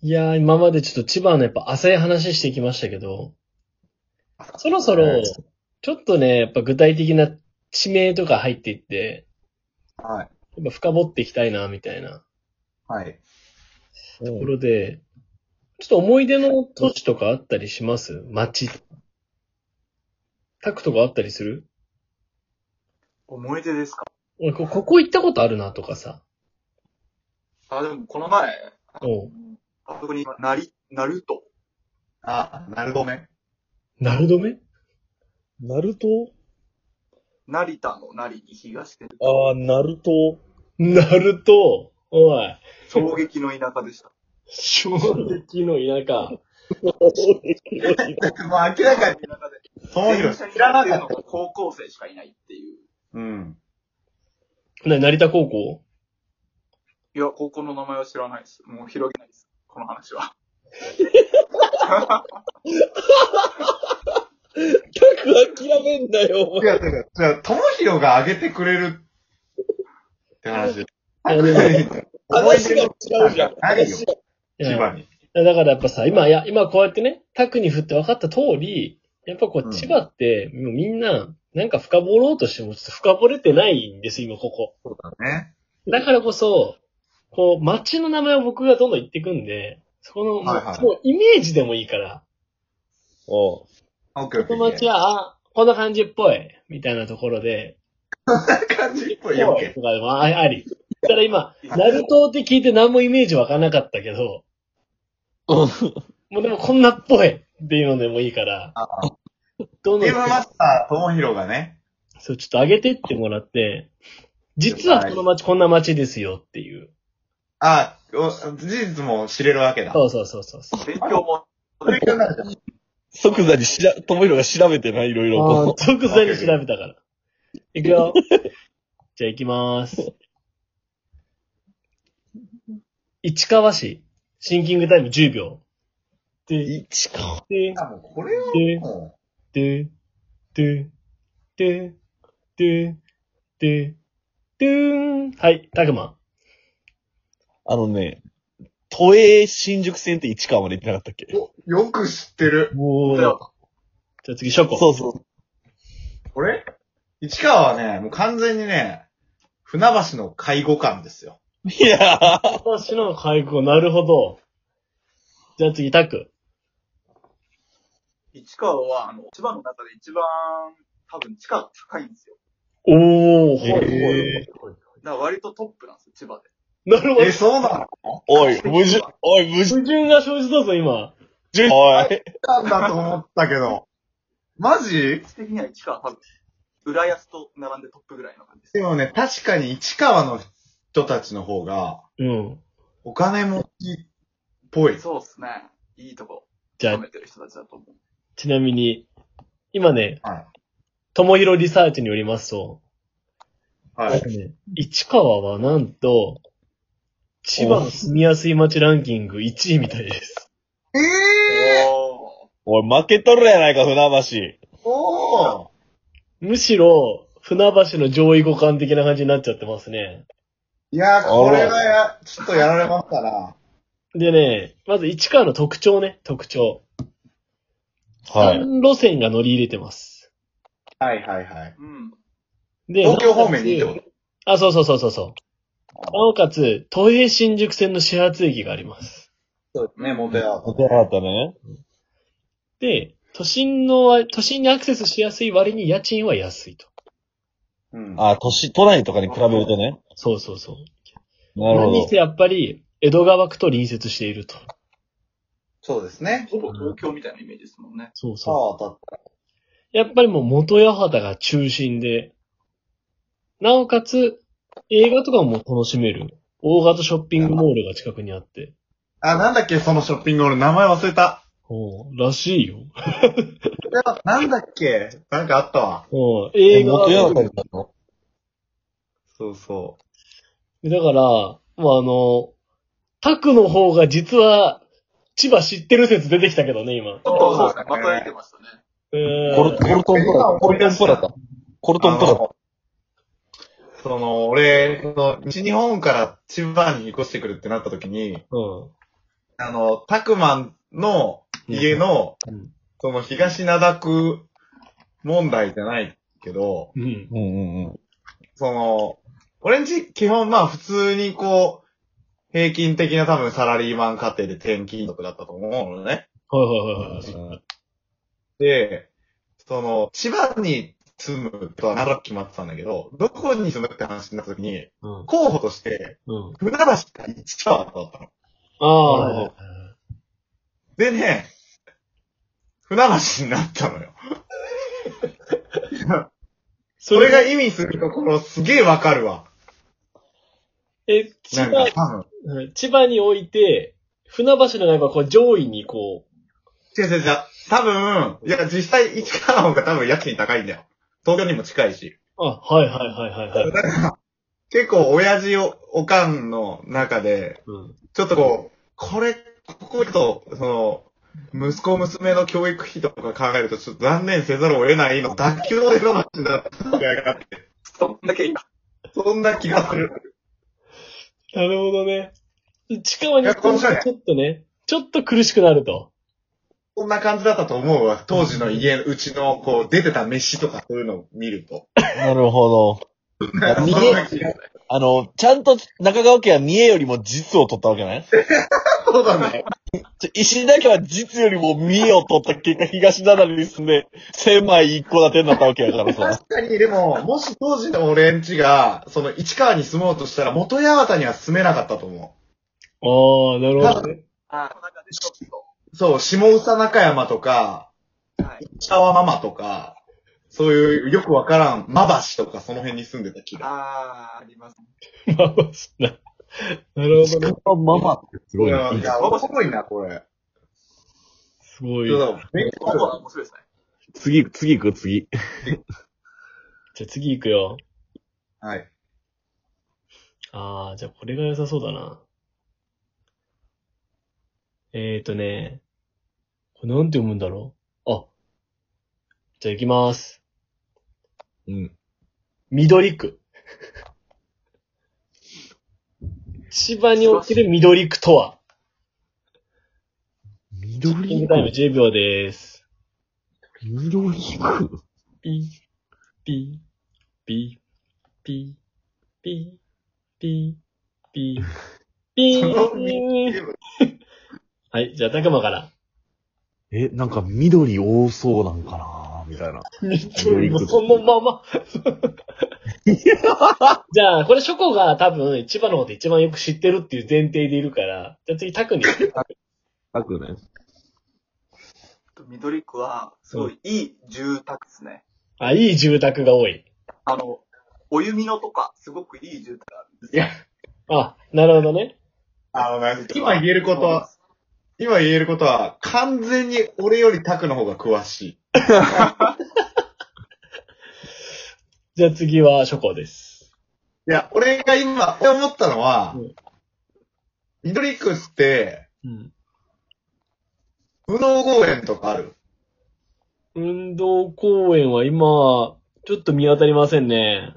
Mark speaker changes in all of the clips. Speaker 1: いやー、今までちょっと千葉のやっぱ浅い話してきましたけど、そろそろ、ちょっとね、やっぱ具体的な地名とか入っていって、
Speaker 2: はい。
Speaker 1: やっぱ深掘っていきたいな、みたいな
Speaker 2: はい。
Speaker 1: ところで、ちょっと思い出の都市とかあったりします街。タクとかあったりする
Speaker 2: 思い出ですか
Speaker 1: 俺こ、ここ行ったことあるなとかさ。
Speaker 3: あ、でもこの前、
Speaker 1: おう
Speaker 3: あそこに、なり、なると。
Speaker 2: あ、なるほどね。
Speaker 1: なるどめ
Speaker 4: ナルト
Speaker 3: 成田の成に東で、
Speaker 4: ああ、ナルト。
Speaker 1: なると、おい、
Speaker 3: 衝撃の田舎でした。
Speaker 1: 衝撃の田舎。
Speaker 2: もう明らかに、
Speaker 3: 田舎で。
Speaker 2: そういうの
Speaker 3: 電車に
Speaker 2: 知ら
Speaker 3: 乗
Speaker 2: な
Speaker 3: って
Speaker 2: か
Speaker 3: るの
Speaker 2: った。
Speaker 3: が高校生しかいないっていう。
Speaker 2: うん。
Speaker 1: な、成田高校
Speaker 3: いや、高校の名前は知らないです。もう広げないです。この話は。
Speaker 4: 全く諦めんなよ、お
Speaker 2: いや、だから、ともひろが上げてくれるって話。
Speaker 1: いや、でも、い
Speaker 4: 前。
Speaker 2: 思い
Speaker 4: 話
Speaker 2: 出
Speaker 4: が違
Speaker 2: の
Speaker 4: うじゃん。
Speaker 2: ないよ、千
Speaker 4: 話が
Speaker 1: や
Speaker 2: 葉に。
Speaker 1: だからやっぱさ、今、いや、今こうやってね、タクに振って分かった通り、やっぱこ
Speaker 2: う
Speaker 1: う、
Speaker 2: ん
Speaker 1: 千葉って、もうみんな、なんか深掘ろうとしても、ちょっと深掘れてないんです、今ここ。
Speaker 2: ね。
Speaker 1: だからこそ、こう、街の名前を僕がどんどん言っていくんで、そこの、もう
Speaker 2: はいはい
Speaker 1: もうイメージでもいいから、
Speaker 4: おう
Speaker 2: オッケーオッケ
Speaker 1: こ
Speaker 2: ー。
Speaker 1: の街は、あ、こんな感じっぽい、みたいなところで、
Speaker 2: 感じっぽい。オッケ
Speaker 1: とかでもああり。だから今、ナルトって聞いて何もイメージわかんなかったけど、もうでもこんなっぽいっていうのでもいいから、どんど
Speaker 2: ー。ゲ
Speaker 1: ん
Speaker 2: ームマスター、ともひろがね。
Speaker 1: そう、ちょっと上げてってもらって、実はこの街こんな街ですよっていう。
Speaker 2: あ、お事実も知れるわけだ。
Speaker 1: そうそうそうそうそう。
Speaker 3: 勉強も、
Speaker 2: 勉強になるじゃん
Speaker 4: 即座にしら、ともひろが調べてない、いろい
Speaker 1: あー
Speaker 4: ろ。
Speaker 1: 直前に調べたから。いくよ。 じゃあ行きまーす。市川市、シンキングタイム10秒。で、
Speaker 4: 一か。
Speaker 1: で、
Speaker 2: あもうこれは
Speaker 1: で、
Speaker 2: も
Speaker 1: で、で、で、で、で、でーん。はい、たくま。
Speaker 4: あのね、都営新宿線って市川まで行ってなかったっけ
Speaker 2: うお、よく知ってる。
Speaker 1: お
Speaker 3: だよ
Speaker 1: じゃあ次、ショコ。
Speaker 4: そうそう。
Speaker 2: これ市川はね、もう完全にね、船橋の介護官ですよ。
Speaker 4: いやー、
Speaker 1: 私の開口、なるほど。じゃあ次、タク。
Speaker 3: 市川は、あの、千葉の中で一番、多分地価が高いんですよ。
Speaker 1: おー、
Speaker 3: だ
Speaker 4: えー
Speaker 3: から割とトップなんですよ、千葉で。
Speaker 1: なるほど
Speaker 2: え、。そうなの
Speaker 4: おい、矛盾、おい、矛
Speaker 1: 矛盾が生じたぞ、今。
Speaker 4: 盾、おい。
Speaker 2: なんだと思ったけど。マジ
Speaker 3: 位置的には市川は多分、浦安と並んでトップぐらいの感じです。
Speaker 2: でもね、確かに市川の人たちの方が、
Speaker 1: うん。
Speaker 2: お金持ちっぽい。
Speaker 3: そうっすね。いいとこ、
Speaker 1: じゃ
Speaker 3: 褒
Speaker 1: あ、
Speaker 3: めてる人たちだと思う。
Speaker 1: ちなみに、今ね、
Speaker 2: はい。
Speaker 1: ともひろリサーチによりますと、
Speaker 2: は
Speaker 1: なん
Speaker 2: い。
Speaker 1: かね市川はなんと、千葉の住みやすい街ランキング1位みたいです。
Speaker 2: ええ
Speaker 3: お
Speaker 4: おい、負けとるやないか、船
Speaker 2: ー、おー
Speaker 1: むしろ、船橋の上位互換的な感じになっちゃってますね。
Speaker 2: いやー、これはや、ちょっとやられましたな。
Speaker 1: でね、まず市川の特徴ね、特徴。
Speaker 4: 橋。はい。
Speaker 1: 3路線が乗り入れてます。
Speaker 2: はいはいはい。
Speaker 3: ーうん。
Speaker 1: で、
Speaker 2: 東京方面にいいってこと
Speaker 1: なおかつあ、そうそうそうそうそう。なおかつ、都営新宿線の始発駅があります。
Speaker 2: そうですね、モテは。
Speaker 4: 負けなかったね。
Speaker 1: で、都心の、都心にアクセスしやすい割に家賃は安いと。
Speaker 2: うん。
Speaker 4: あ、都市、都内とかに比べるとね。
Speaker 1: そうそうそう。
Speaker 4: なるほ
Speaker 1: 何
Speaker 4: ど
Speaker 1: せ。やっぱり、江戸川区と隣接していると。
Speaker 2: そうですね。
Speaker 3: ほぼ東京みたいなイメージですもんね。
Speaker 1: そう
Speaker 2: さ
Speaker 1: そ
Speaker 2: あ、当たった。
Speaker 1: う。やっぱりもう元八幡が中心で、なおかつ、映画とかも楽しめる。大型ショッピングモールが近くにあって。
Speaker 2: あ、なんだっけ、そのショッピングモール、名前忘れた。
Speaker 1: おうらしいよ。
Speaker 2: いやなんだっけ、なんかあったわ。
Speaker 1: おう映画。
Speaker 4: 元
Speaker 1: だ
Speaker 4: 山
Speaker 1: か
Speaker 4: さんだの
Speaker 2: そうそ
Speaker 1: ら、まあ、あの、タクの方が実は、千葉知ってる説出てきたけどね、今。
Speaker 3: ちょっとそうですね。また出てましたね。
Speaker 1: え
Speaker 4: コルコルトンプラタ。コルト
Speaker 2: う。
Speaker 4: ンプラタ。コルトンプラタ。
Speaker 2: あのその、俺、その、西日本から千葉に引っ越してくるってなった時に、
Speaker 1: うん。
Speaker 2: あの、タクマンの家の、
Speaker 1: うん
Speaker 2: その東灘区問題じゃないけど、
Speaker 1: うん。
Speaker 4: うんうんうん。
Speaker 2: その、俺んち基本まあ普通にこう、平均的な多分サラリーマン家庭で転勤族だったと思うのね。
Speaker 1: はいはいはいはい。
Speaker 2: で、その、千葉に住むとは長く決まってたんだけど、どこに住むって話になった時に、
Speaker 1: うん。
Speaker 2: 候補として、
Speaker 1: うん。
Speaker 2: 船橋か市川だったの。
Speaker 1: ああ、
Speaker 4: なる
Speaker 2: でね、船橋になったのよ。 それが意味するところすげえわかるわ。
Speaker 1: え、千
Speaker 2: なんか
Speaker 1: 葉、
Speaker 2: 多分。
Speaker 1: うん千葉において、船橋のないばこう上位にこう、
Speaker 2: 違う違う違う。多分、いや、実際市川の方が多分家賃高いんだよ。東京にも近いし。
Speaker 1: あ、はいはいはいはいはい。
Speaker 2: 結構親父を、おかんの中で、
Speaker 1: うん。
Speaker 2: ちょっとこう、これ、こここと、その、息子娘の教育費とか考えると、ちょっと残念せざるを得ないの、脱臼の出話になったんじゃないかなって、
Speaker 3: そんだけ今。
Speaker 2: そんな気がする。
Speaker 1: なるほどね。市川に行く
Speaker 2: いや面白いね
Speaker 1: とちょっとね、ちょっと苦しくなると。
Speaker 2: こんな感じだったと思うわ。当時の家、うちの、こう、出てた飯とかそういうのを見ると。
Speaker 4: なるほど。見
Speaker 2: そんな
Speaker 4: え、
Speaker 2: 気がする
Speaker 4: あの、ちゃんと中川家は見えよりも実を取ったわけない
Speaker 2: そうだね。
Speaker 4: ちょ石田家は実よりも見えを取った結果、東だに住んで、狭い一戸建てになったわけやからさ。
Speaker 2: 確かに、でも、もし当時の俺んちが、その、市川に住もうとしたら、元八幡には住めなかったと思
Speaker 1: ああ、なる
Speaker 2: う。
Speaker 1: ほ
Speaker 2: 多
Speaker 1: どね。
Speaker 2: 分、
Speaker 3: ああ、中でちょっと。
Speaker 2: そう、下宇佐中山とか、
Speaker 3: はい。
Speaker 2: シャワママとか、そういうよくわからん、マバシとかその辺に住んでた気が。
Speaker 3: ああ、あります。
Speaker 1: まあまあそんななるほどね。
Speaker 4: ママってす
Speaker 2: いや、いやすごいな、これ。
Speaker 1: すごい。
Speaker 2: そう
Speaker 1: じゃ
Speaker 2: だ勉強
Speaker 3: こ
Speaker 2: にな
Speaker 3: こは
Speaker 2: る
Speaker 3: 面白いですね。
Speaker 4: 次、次行く、次。
Speaker 1: あ次行くよ。
Speaker 2: はい。
Speaker 1: ああ、じゃあこれが良さそうだな。えーとね、これなんて読むんだろうあ。じゃあ行きます。
Speaker 4: うん。
Speaker 1: 緑 区。千葉における緑区とはキン
Speaker 4: 緑
Speaker 1: グタイム10秒です。
Speaker 4: 緑区
Speaker 1: ピー、ピー、ピー、ピー、ピー、ピー、ピー、 ピ
Speaker 2: その
Speaker 1: ー。はい、じゃあ、たくま から。
Speaker 4: え、なんか緑多そうなんかなみたいな。緑区
Speaker 1: そのま ま。じゃあ、これ、ショコが多分、千葉の方で一番よく知ってるっていう前提でいるから、じゃあ次、タ クに。
Speaker 4: たくね。
Speaker 3: 緑区は、すごいいい住宅ですね。
Speaker 1: あ、いい住宅が多い。
Speaker 3: あの、お湯見のとか、すごくいい住宅あるんです
Speaker 2: いや、
Speaker 1: あ、なるほどね。
Speaker 2: あのね、今言えることは、今言えることは、完全に俺よりタクの方が詳し
Speaker 1: じゃあ次は、ショコです。
Speaker 2: い。いや、俺が今って思ったのは
Speaker 1: うん、
Speaker 2: 緑区って、
Speaker 1: うん。
Speaker 2: 無能公園とかある
Speaker 1: 運動公園は今、ちょっと見当たりませんね。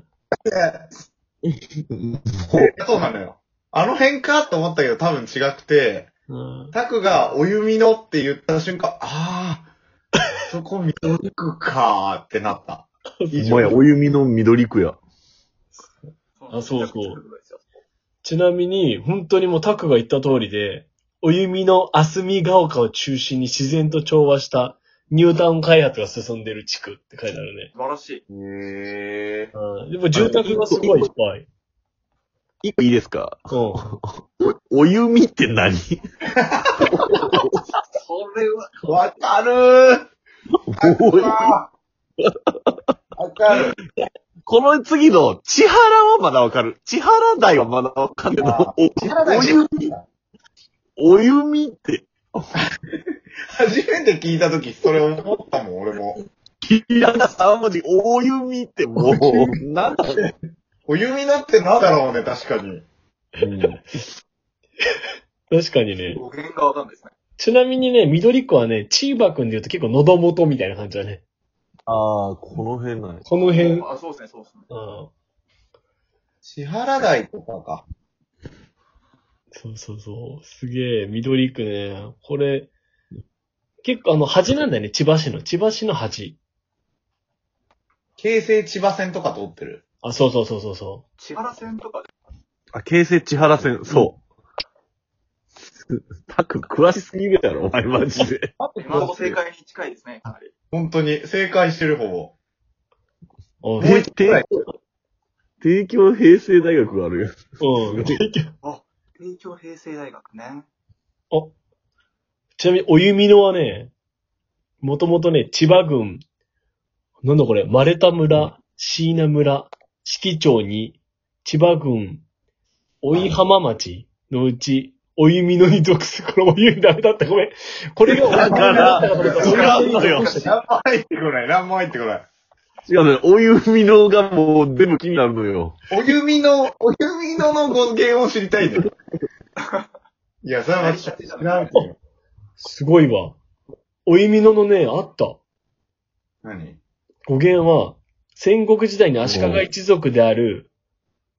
Speaker 2: そうなのよ。あの辺かと思ったけど多分違くて、
Speaker 1: うん。
Speaker 2: タクがお弓のって言った瞬間、ああ、そこ緑区かーってなった。以上
Speaker 4: お前、お弓の緑区や。
Speaker 1: あそうそう
Speaker 3: う。
Speaker 1: ちなみに、本当にもうタクが言った通りで、お弓のあすみが丘を中心に自然と調和したニュータウン開発が進んでる地区って書いてあるね。
Speaker 3: 素晴らしい。
Speaker 2: へえ。
Speaker 1: うん。でも住宅がすごいいっぱい。
Speaker 4: 一個いいですか
Speaker 1: うん。
Speaker 4: お弓って何
Speaker 3: それは、
Speaker 2: わかるー
Speaker 4: おい
Speaker 2: わかる。
Speaker 4: この次の、千原はまだわかる。千原台はまだわかんな
Speaker 2: あ
Speaker 4: いけ
Speaker 2: 千
Speaker 4: ど、
Speaker 2: 原
Speaker 4: おお
Speaker 2: 大
Speaker 4: 弓、お弓って、
Speaker 2: 初めて聞いたとき、それ思ったもん、俺も。
Speaker 4: ひらが三文字、お弓っ てもう、なんだろう。
Speaker 2: お弓のってなんだろうね、確かに。
Speaker 1: 確かにね。
Speaker 3: 語源がわかんないですね。
Speaker 1: ちなみにね、緑区はね、チーバくんで言うと結構喉元みたいな感じだね。
Speaker 4: ああ、この辺なんや
Speaker 1: この辺。うん。
Speaker 3: あ、そうですね、そうですね。
Speaker 2: 千原台とかか。
Speaker 1: そうそうそう。すげえ、緑区ね。これ、結構あの、端なんだよね、千葉市の。千葉市の端。
Speaker 2: 京成千葉線とか通ってる。
Speaker 1: あ、そうそうそうそうそ
Speaker 3: 千原線とかで、
Speaker 4: あ、京成千原線、そう。たくん詳しすぎるやろ、お前マジで。
Speaker 3: 今の正解に近いですね、かなり。
Speaker 2: 本当に、正解してるほぼ。
Speaker 1: う。おう
Speaker 2: もう一個ぐらい
Speaker 4: 帝京平成大学があるよ。
Speaker 1: うん。
Speaker 3: 帝京平成大学ね。
Speaker 1: ちなみに、お弓のはね、もともとね、千葉郡、なんだこれ、マレタ村、椎名村、敷町に、千葉郡、追浜町のうち、お弓のに属する。これ、お弓ダメだった。ごめん。これがお弓
Speaker 4: だか
Speaker 1: だったかと思っ
Speaker 4: ら、
Speaker 1: た
Speaker 4: 違うのよ。
Speaker 2: 何も入ってこない、何も入ってこない。
Speaker 4: 違うのよ。お弓のがもう全部気になるのよ。
Speaker 2: お弓の、お弓のの語源を知りたいんだよ。 いや、それは知らんけど。
Speaker 1: すごいわ。お弓ののね、あった。
Speaker 2: 何
Speaker 1: 語源は、戦国時代に足利一族である、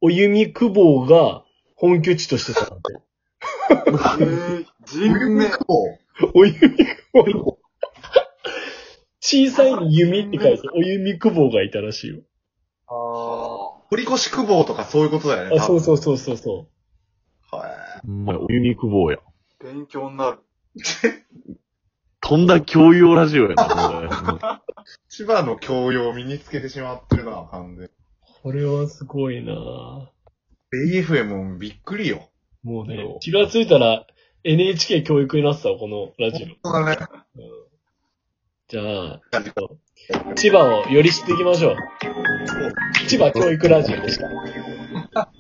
Speaker 1: お弓久保が本拠地としてたんだって。
Speaker 3: えー、人名。
Speaker 1: お弓久保。小さいに弓って書いて、お弓久保がいたらしいよ。
Speaker 2: 堀越久保とかそういうことだよね。。
Speaker 1: あ、そうそううそうそうそ
Speaker 2: はい。
Speaker 4: お前、お弓久保や。
Speaker 3: 勉強になる。
Speaker 4: とんだ教養ラジオや な、
Speaker 2: 千葉の教養を身につけてしまってるな、完全
Speaker 1: う。これはすごいなぁ
Speaker 2: に。AFM もびっくりよ。
Speaker 1: もうね
Speaker 2: そう、
Speaker 1: 気がついたら NHK 教育になってたわ、このラジオ。
Speaker 2: そうだね。
Speaker 1: じゃあ、千葉をより知っていきましょう。千葉教育ラジオでした。